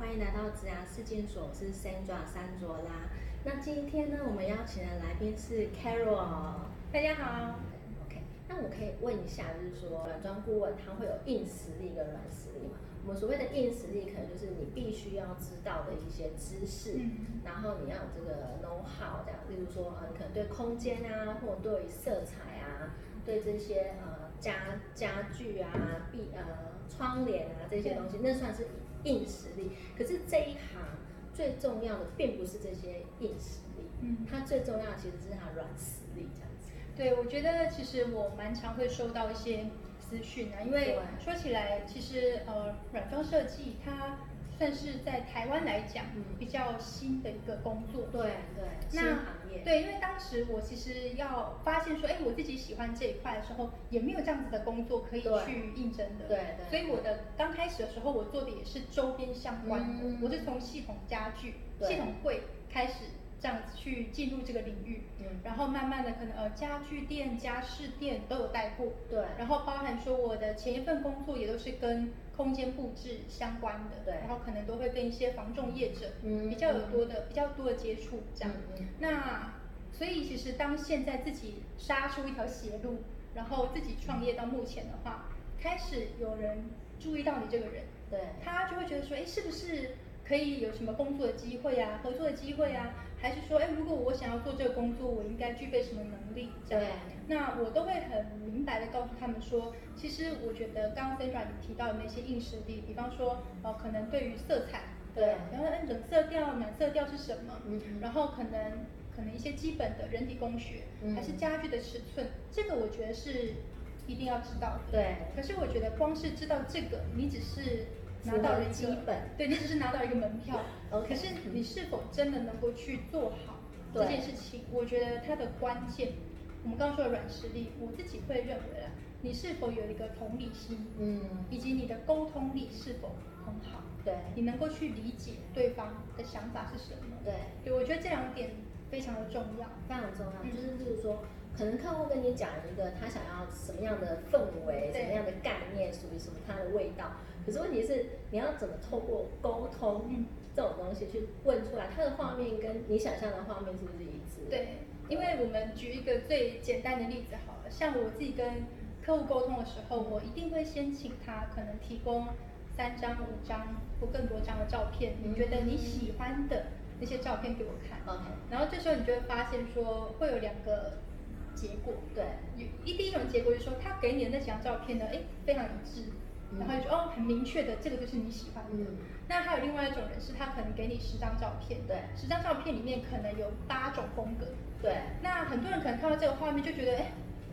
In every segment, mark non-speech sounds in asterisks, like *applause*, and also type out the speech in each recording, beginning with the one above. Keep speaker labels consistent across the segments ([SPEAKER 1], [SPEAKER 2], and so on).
[SPEAKER 1] 欢迎来到植牙事件所，我是 Sandra 三卓拉。那今天呢，我们邀请的来宾是 Carol。
[SPEAKER 2] 大家好，
[SPEAKER 1] OK，那我可以问一下，就是说软装顾问他会有硬实力跟软实力嘛？我们所谓的硬实力，可能就是你必须要知道的一些知识，
[SPEAKER 2] 嗯
[SPEAKER 1] 然后你要有这个 know how 这样，例如说，呃，你可能对空间啊，或对于色彩啊，对这些呃家家具啊、壁呃窗帘啊这些东西，那算是硬实力。可是这一行最重要的并不是这些硬实力，
[SPEAKER 2] 嗯，
[SPEAKER 1] 它最重要的其实是它软实力这样子。
[SPEAKER 2] 对，我觉得其实我蛮常会收到一些私讯啊，因为
[SPEAKER 1] 对
[SPEAKER 2] 说起来，其实呃，软装设计它算是在台湾来讲
[SPEAKER 1] 嗯
[SPEAKER 2] 比较新的一个工作。
[SPEAKER 1] 对对，新
[SPEAKER 2] 那
[SPEAKER 1] 行业。
[SPEAKER 2] 对，因为当时我其实要发现说，哎，我自己喜欢这一块的时候，也没有这样子的工作可以
[SPEAKER 1] 对
[SPEAKER 2] 去应征的。
[SPEAKER 1] 对对
[SPEAKER 2] 所以我的刚开始的时候，我做的也是周边相关的，
[SPEAKER 1] 嗯
[SPEAKER 2] 我是从系统家具、
[SPEAKER 1] 对
[SPEAKER 2] 系统柜开始这样子去进入这个领域。
[SPEAKER 1] 嗯，
[SPEAKER 2] 然后慢慢的可能呃家具店、家饰店都有带过，
[SPEAKER 1] 对
[SPEAKER 2] 然后包含说我的前一份工作也都是跟空间布置相关的，
[SPEAKER 1] 对
[SPEAKER 2] 然后可能都会跟一些房仲业者
[SPEAKER 1] 嗯
[SPEAKER 2] 比较有多的、比较多的接触这样。
[SPEAKER 1] 嗯嗯
[SPEAKER 2] 那所以其实当现在自己杀出一条血路，然后自己创业到目前的话，开始有人注意到你这个人，
[SPEAKER 1] 对，
[SPEAKER 2] 他就会觉得说，哎，是不是可以有什么工作的机会啊，合作的机会啊？还是说，哎，如果我想要做这个工作，我应该具备什么能力？这样
[SPEAKER 1] 对，
[SPEAKER 2] 那我都会很明白的告诉他们说，其实我觉得刚刚 Sandra 你提到的那些硬实力，比方说，呃，可能对于色彩，
[SPEAKER 1] 对
[SPEAKER 2] 然后嗯，冷色调、暖色调是什么？
[SPEAKER 1] 嗯嗯
[SPEAKER 2] 然后可能可能一些基本的人体工学，
[SPEAKER 1] 嗯
[SPEAKER 2] 还是家具的尺寸，这个我觉得是一定要知道的。
[SPEAKER 1] 对
[SPEAKER 2] 可是我觉得光是知道这个，你只是拿到了一个
[SPEAKER 1] 只能基本
[SPEAKER 2] 对你只是拿到一个门票
[SPEAKER 1] *laughs* OK
[SPEAKER 2] 可是你是否真的能够去做好
[SPEAKER 1] 对
[SPEAKER 2] 这件事情？我觉得它的关键，我们刚刚说的软实力，我自己会认为啊，你是否有一个同理心，
[SPEAKER 1] 嗯，
[SPEAKER 2] 以及你的沟通力是否很好，
[SPEAKER 1] 对
[SPEAKER 2] 你能够去理解对方的想法是什么。
[SPEAKER 1] 对，
[SPEAKER 2] 对，我觉得这两点非常的重要。
[SPEAKER 1] 非常重要。
[SPEAKER 2] 嗯
[SPEAKER 1] 就是例如说，可能客户跟你讲一个他想要什么样的氛围、
[SPEAKER 2] 对
[SPEAKER 1] 什么样的概念，属于什么它的味道。可是问题是，你要怎么透过沟通、
[SPEAKER 2] 嗯
[SPEAKER 1] 这种东西去问出来，它的画面跟你想象的画面是不是一致？
[SPEAKER 2] 对，因为我们举一个最简单的例子好了，像我自己跟客户沟通的时候，我一定会先请他可能提供三张、五张或更多张的照片，
[SPEAKER 1] 嗯
[SPEAKER 2] 你觉得你喜欢的那些照片给我看，
[SPEAKER 1] ，OK，
[SPEAKER 2] 然后这时候你就会发现说会有两个结果，
[SPEAKER 1] 对，
[SPEAKER 2] 有一第一种结果就是说，他给你的那几张照片呢，哎，非常一致，
[SPEAKER 1] 嗯
[SPEAKER 2] 然后你就哦，很明确的，这个就是你喜欢的。
[SPEAKER 1] 嗯
[SPEAKER 2] 那还有另外一种人是，他可能给你十张照片，
[SPEAKER 1] 对
[SPEAKER 2] 十张照片里面可能有八种风格。
[SPEAKER 1] 对，
[SPEAKER 2] 那很多人可能看到这个画面就觉得，哎，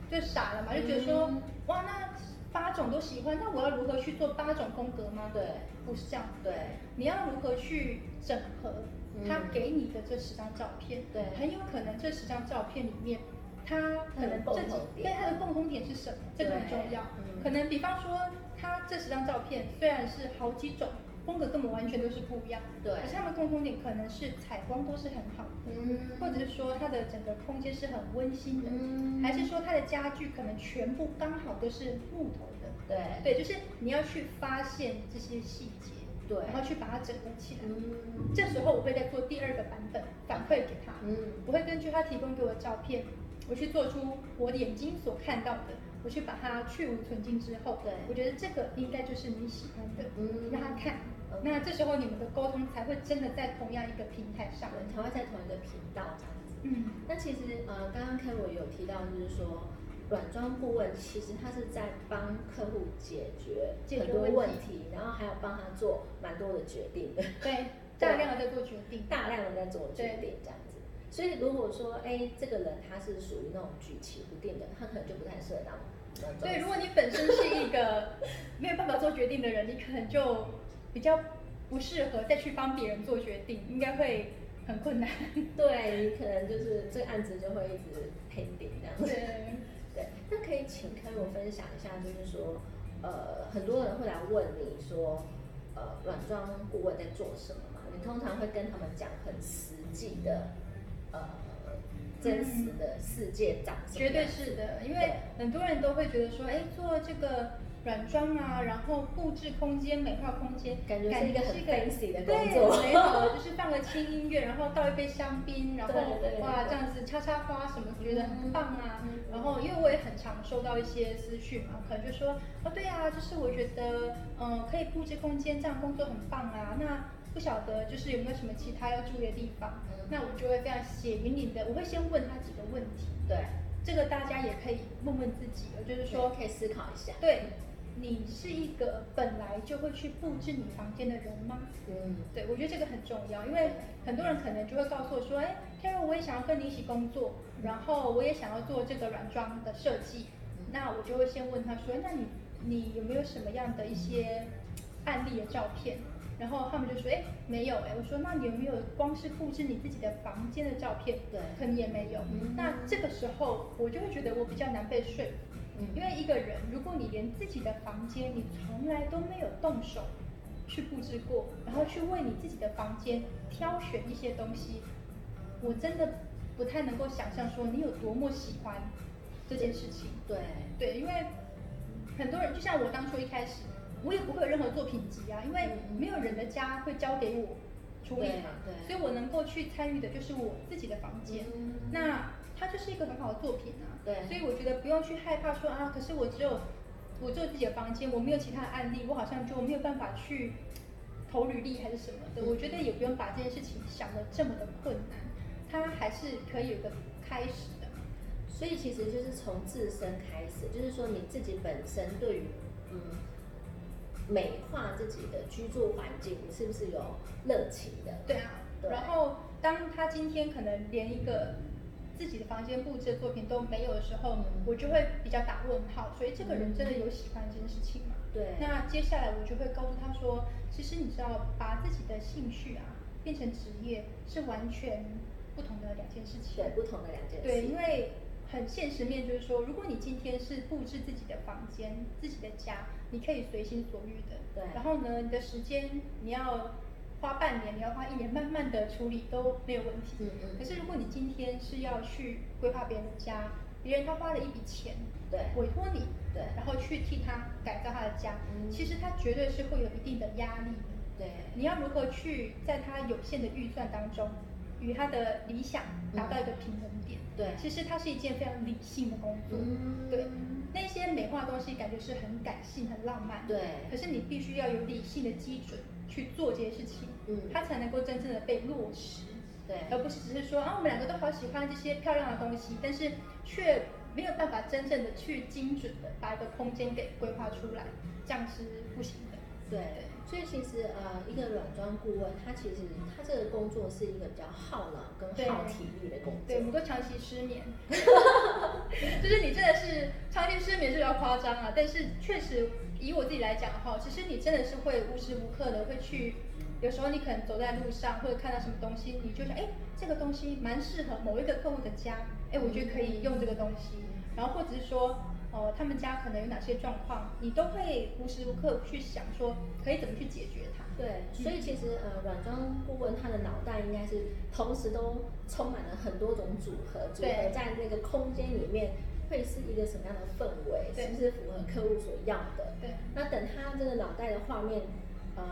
[SPEAKER 2] 就傻了嘛，就觉得说，
[SPEAKER 1] 嗯
[SPEAKER 2] 哇，那八种都喜欢，那我要如何去做八种风格吗？
[SPEAKER 1] 对，
[SPEAKER 2] 不是这样子的
[SPEAKER 1] 对
[SPEAKER 2] 你要如何去整合
[SPEAKER 1] 嗯
[SPEAKER 2] 他给你的这十张照片？
[SPEAKER 1] 对
[SPEAKER 2] 很有可能这十张照片里面，他可能
[SPEAKER 1] 它有
[SPEAKER 2] 这
[SPEAKER 1] 共
[SPEAKER 2] 几
[SPEAKER 1] 同点
[SPEAKER 2] 对它的共同点是什么？这个很
[SPEAKER 1] 对
[SPEAKER 2] 重要。
[SPEAKER 1] 嗯
[SPEAKER 2] 可能比方说，他这十张照片虽然是好几种。风格跟我们完全都是不一样，
[SPEAKER 1] 对
[SPEAKER 2] 可是他们共同点可能是采光都是很好的，
[SPEAKER 1] 嗯
[SPEAKER 2] 或者是说它的整个空间是很温馨的，
[SPEAKER 1] 嗯
[SPEAKER 2] 还是说它的家具可能全部刚好都是木头的，
[SPEAKER 1] 对
[SPEAKER 2] 对，就是你要去发现这些细节，
[SPEAKER 1] 对
[SPEAKER 2] 然后去把它整合起来。
[SPEAKER 1] 嗯
[SPEAKER 2] 这时候我会再做第二个版本反馈给他，
[SPEAKER 1] 嗯
[SPEAKER 2] 我会根据他提供给我的照片，我去做出我眼睛所看到的，我去把它去无存菁之后，
[SPEAKER 1] 对
[SPEAKER 2] 我觉得这个应该就是你喜欢的，
[SPEAKER 1] 嗯
[SPEAKER 2] 让他看
[SPEAKER 1] OK。
[SPEAKER 2] 那这时候你们的沟通才会真的在同样一个平台上。
[SPEAKER 1] 对，才会在同一个频道这样子。
[SPEAKER 2] 嗯，
[SPEAKER 1] 那其实呃，刚刚 K 我有提到，就是说软装顾问其实他是在帮客户解决
[SPEAKER 2] 解
[SPEAKER 1] 很
[SPEAKER 2] 决
[SPEAKER 1] 多
[SPEAKER 2] 问题
[SPEAKER 1] 问题，然后还有帮他做蛮多的决定的，
[SPEAKER 2] 对，大量的在做决定。
[SPEAKER 1] *laughs* 大量的在做决
[SPEAKER 2] 对
[SPEAKER 1] 定这样子。所以如果说哎，这个人他是属于那种举棋不定的，他可能就不太适合当软装。
[SPEAKER 2] 对，如果你本身是一个 *laughs* 没有办法做决定的人，你可能就比较不适合再去帮别人做决定，应该会很困难。 *laughs*
[SPEAKER 1] 对你可能就是这个案子就会一直 pending 这样子。
[SPEAKER 2] 对，
[SPEAKER 1] 对，那可以请跟我分享一下，就是说，呃，很多人会来问你说，呃，软装顾问在做什么嘛？你通常会跟他们讲很实际的，呃，真实的世界长什么
[SPEAKER 2] 嗯绝
[SPEAKER 1] 样
[SPEAKER 2] 对是的，因为很多人都会觉得说，哎，做这个软装啊，然后布置空间、美化空间，
[SPEAKER 1] 感觉是一个很
[SPEAKER 2] 是
[SPEAKER 1] fancy 的工作
[SPEAKER 2] 对，没有，就是放个轻音乐，然后倒一杯香槟，然后
[SPEAKER 1] 对对对
[SPEAKER 2] 哇这样子插插花什么，觉得很棒啊。
[SPEAKER 1] 嗯
[SPEAKER 2] 然后因为我也很常收到一些私讯嘛，可能就说哦对啊，就是我觉得嗯、呃可以布置空间，这样工作很棒啊。那不晓得就是有没有什么其他要注意的地方？
[SPEAKER 1] 嗯
[SPEAKER 2] 那我就会非常血淋淋的，我会先问他几个问题，
[SPEAKER 1] 对，
[SPEAKER 2] 这个大家也可以问问自己，就是
[SPEAKER 1] 说
[SPEAKER 2] 说
[SPEAKER 1] 可以思考一下，
[SPEAKER 2] 对，你是一个本来就会去布置你房间的人吗？
[SPEAKER 1] 嗯，
[SPEAKER 2] 对，我觉得这个很重要，因为很多人可能就会告诉我说，哎，Carol，我也想要跟你一起工作，然后我也想要做这个软装的设计，
[SPEAKER 1] 嗯
[SPEAKER 2] 那我就会先问他说，那你你有没有什么样的一些案例的照片？然后他们就说，哎，没有，哎，我说那你有没有光是布置你自己的房间的照片？
[SPEAKER 1] 对
[SPEAKER 2] 可能也没有。
[SPEAKER 1] 嗯
[SPEAKER 2] 那这个时候我就会觉得我比较难被说服。
[SPEAKER 1] 嗯
[SPEAKER 2] 因为一个人，如果你连自己的房间你从来都没有动手去布置过，然后去为你自己的房间挑选一些东西，我真的不太能够想象说你有多么喜欢这件事情。
[SPEAKER 1] 对，
[SPEAKER 2] 对，因为很多人就像我当初一开始，我也不会有任何作品集啊，因为
[SPEAKER 1] 嗯嗯
[SPEAKER 2] 没有人的家会交给我处理嘛，
[SPEAKER 1] 对对
[SPEAKER 2] 所以我能够去参与的就是我自己的房间。
[SPEAKER 1] 嗯
[SPEAKER 2] 那它就是一个很好的作品啊，
[SPEAKER 1] 对
[SPEAKER 2] 所以我觉得不用去害怕说啊，可是我只有我只有自己的房间，我没有其他的案例，我好像就没有办法去投履历还是什么的。
[SPEAKER 1] 嗯
[SPEAKER 2] 我觉得也不用把这件事情想的这么的困难，它还是可以有个开始的。
[SPEAKER 1] 所以其实就是从自身开始，就是说你自己本身对于嗯美化自己的居住环境，你是不是有热情的？
[SPEAKER 2] 对啊，
[SPEAKER 1] 对
[SPEAKER 2] 然后当他今天可能连一个自己的房间布置的作品都没有的时候，
[SPEAKER 1] 嗯
[SPEAKER 2] 我就会比较打问号，所以这个人
[SPEAKER 1] 嗯
[SPEAKER 2] 真的有喜欢这件事情吗？
[SPEAKER 1] 对
[SPEAKER 2] 那接下来我就会告诉他说，其实你知道，把自己的兴趣啊变成职业是完全不同的两件事情。
[SPEAKER 1] 对，不同的两件事。
[SPEAKER 2] 对，因为很现实面就是说，如果你今天是布置自己的房间、自己的家，你可以随心所欲的。
[SPEAKER 1] 对
[SPEAKER 2] 然后呢，你的时间你要花半年，你要花一年，慢慢的处理都没有问题。
[SPEAKER 1] 嗯嗯
[SPEAKER 2] 可是如果你今天是要去规划别人的家，别人他花了一笔钱，
[SPEAKER 1] 对
[SPEAKER 2] 委托你，
[SPEAKER 1] 对
[SPEAKER 2] 然后去替他改造他的家，
[SPEAKER 1] 嗯
[SPEAKER 2] 其实他绝对是会有一定的压力的。
[SPEAKER 1] 对
[SPEAKER 2] 你要如何去在他有限的预算当中，与他的理想达到一个平衡点？
[SPEAKER 1] 对
[SPEAKER 2] 其实它是一件非常理性的工作。
[SPEAKER 1] 嗯
[SPEAKER 2] 对，那些美化的东西感觉是很感性、很浪漫。
[SPEAKER 1] 对
[SPEAKER 2] 可是你必须要有理性的基准去做这些事情，
[SPEAKER 1] 嗯
[SPEAKER 2] 它才能够真正的被落实。
[SPEAKER 1] 对
[SPEAKER 2] 而不是只是说啊，我们两个都好喜欢这些漂亮的东西，但是却没有办法真正的去精准的把一个空间给规划出来，这样是不行的。
[SPEAKER 1] 对，所以其实呃，一个软装顾问，他其实他这个工作是一个比较耗脑跟
[SPEAKER 2] 对
[SPEAKER 1] 耗体力的工作
[SPEAKER 2] 对，我。们都长期失眠， *laughs* 就是你真的是长期失眠是比较夸张啊，但是确实以我自己来讲的话，其实你真的是会无时无刻的会去，有时候你可能走在路上或者看到什么东西，你就想，哎，这个东西蛮适合某一个客户的家，哎，我觉得可以用这个东西，然后或者是说。哦，他们家可能有哪些状况，你都会无时无刻去想说可以怎么去解决它。
[SPEAKER 1] 对，所以其实呃，软装顾问他的脑袋应该是同时都充满了很多种组合，组合
[SPEAKER 2] 对
[SPEAKER 1] 在那个空间里面会是一个什么样的氛围，
[SPEAKER 2] 对
[SPEAKER 1] 是不是符合客户所要的？
[SPEAKER 2] 对
[SPEAKER 1] 那等他这个脑袋的画面，呃，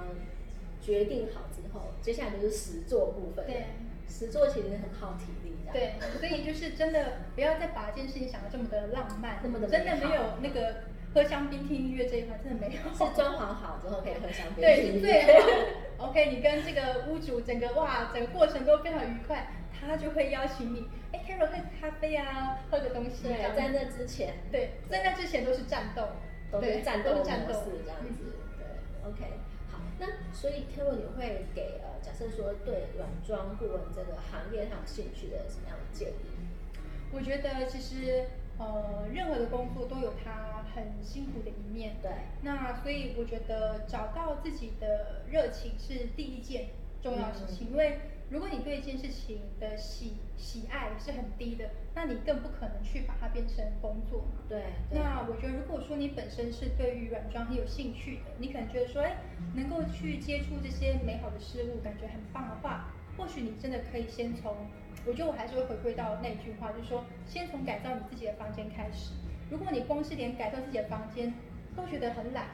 [SPEAKER 1] 决定好之后，接下来就是实作部分。
[SPEAKER 2] 对，
[SPEAKER 1] 实作其实很耗体力的。
[SPEAKER 2] 对，所以就是真的不要再把这件事情想的这么的浪漫，
[SPEAKER 1] 那么的美
[SPEAKER 2] 真的没有那个喝香槟听音乐这一块，真的没有。哦
[SPEAKER 1] 是装潢好之后可以喝香槟。
[SPEAKER 2] 对，是最好。OK，你跟这个屋主整个哇，整个过程都非常愉快，他就会邀请你，哎，Carol 喝咖啡啊，喝个东西这样
[SPEAKER 1] *laughs* 对，
[SPEAKER 2] 子。
[SPEAKER 1] 在那之前
[SPEAKER 2] 对，在那之前都是战斗，
[SPEAKER 1] 都
[SPEAKER 2] 对
[SPEAKER 1] 是战斗
[SPEAKER 2] 都
[SPEAKER 1] 模
[SPEAKER 2] 是战斗
[SPEAKER 1] 式这样子。
[SPEAKER 2] 嗯
[SPEAKER 1] 对，OK，好，那所以 Carol 你会给呃，假设说对软装顾问这个行业他有兴趣的什么样的建议？
[SPEAKER 2] 我觉得其实呃，任何的工作都有它很辛苦的一面。
[SPEAKER 1] 对
[SPEAKER 2] 那所以我觉得找到自己的热情是第一件重要的事情，因为如果你对一件事情的喜喜爱是很低的，那你更不可能去把它变成工作嘛。
[SPEAKER 1] 对对
[SPEAKER 2] 那我觉得，如果说你本身是对于软装很有兴趣的，你可能觉得说，哎，能够去接触这些美好的事物，感觉很棒的话，或许你真的可以先从，我觉得我还是会回归到那句话，就是说，先从改造你自己的房间开始。如果你光是连改造自己的房间都觉得很懒。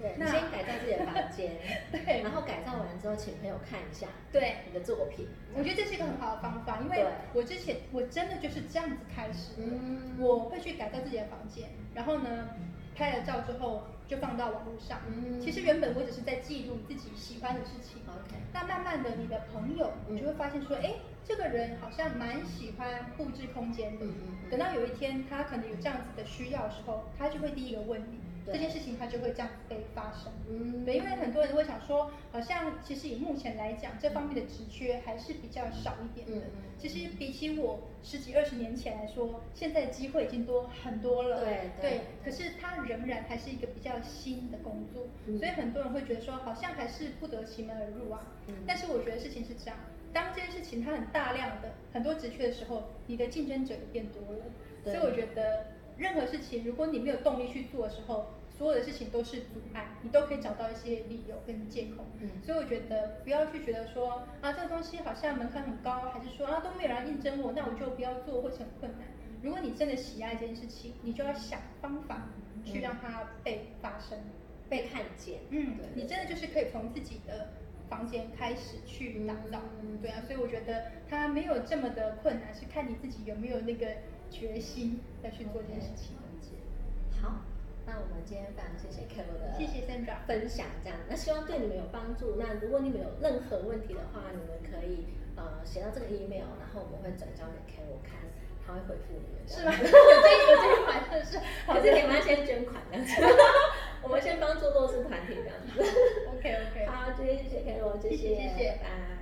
[SPEAKER 1] 对，你
[SPEAKER 2] 那
[SPEAKER 1] 先改造自己的房间，
[SPEAKER 2] *laughs* 对
[SPEAKER 1] 然后改造完之后，请朋友看一下
[SPEAKER 2] 对，
[SPEAKER 1] 你的作品。
[SPEAKER 2] 我觉得这是一个很好的方法，因为
[SPEAKER 1] 对
[SPEAKER 2] 我之前我真的就是这样子开始的。
[SPEAKER 1] 嗯
[SPEAKER 2] 我会去改造自己的房间，然后呢，拍了照之后就放到网络上。
[SPEAKER 1] 嗯
[SPEAKER 2] 其实原本我只是在记录自己喜欢的事情，
[SPEAKER 1] OK，
[SPEAKER 2] 那慢慢的你的朋友，
[SPEAKER 1] 嗯
[SPEAKER 2] 你就会发现说，哎、这个人好像蛮喜欢布置空间的。
[SPEAKER 1] 嗯嗯嗯
[SPEAKER 2] 等到有一天他可能有这样子的需要的时候，他就会第一个问你，
[SPEAKER 1] 对
[SPEAKER 2] 这件事情他就会这样子被发生。
[SPEAKER 1] 嗯
[SPEAKER 2] 对，因为很多人会想说，好像其实以目前来讲，这方面的职缺还是比较少一点的。
[SPEAKER 1] 嗯嗯
[SPEAKER 2] 其实比起我十几二十年前来说，现在机会已经多很多了。
[SPEAKER 1] 对对
[SPEAKER 2] 可是它仍然还是一个比较新的工作，
[SPEAKER 1] 嗯
[SPEAKER 2] 所以很多人会觉得说，好像还是不得其门而入啊。
[SPEAKER 1] 嗯
[SPEAKER 2] 但是我觉得事情是这样，当这件事情它很大量的很多职缺的时候，你的竞争者也变多了。所
[SPEAKER 1] 对
[SPEAKER 2] 以我觉得任何事情，如果你没有动力去做的时候，所有的事情都是阻碍，你都可以找到一些理由跟借口。
[SPEAKER 1] 嗯
[SPEAKER 2] 所以我觉得不要去觉得说啊，这个东西好像门槛很高，还是说啊都没有人应征我，那我就不要做，或者很困难。如果你真的喜爱这件事情，你就要想方法去让它被发生。
[SPEAKER 1] 被看见。
[SPEAKER 2] 嗯，
[SPEAKER 1] 对
[SPEAKER 2] 你真的就是可以从自己的房间开始去打造，
[SPEAKER 1] 嗯
[SPEAKER 2] 对啊，所以我觉得它没有这么的困难，是看你自己有没有那个决心要去做这件事情。
[SPEAKER 1] 好，那我们今天非常谢谢 Carol 的，
[SPEAKER 2] 谢谢 Sandra，
[SPEAKER 1] 分享这样，那希望对你们有帮助。那如果你们有任何问题的话，你们可以呃写到这个 email，然后我们会转交给 Carol 看，他会回复你们。
[SPEAKER 2] 是吗？？ *laughs* 我这我这款真的是好
[SPEAKER 1] *laughs* 可是
[SPEAKER 2] 的
[SPEAKER 1] 你们要先捐款这样子，我们先帮助弱势团体这样子。
[SPEAKER 2] ，OK OK。
[SPEAKER 1] 好，今天谢谢 Carol，谢
[SPEAKER 2] 谢谢谢谢
[SPEAKER 1] 拜。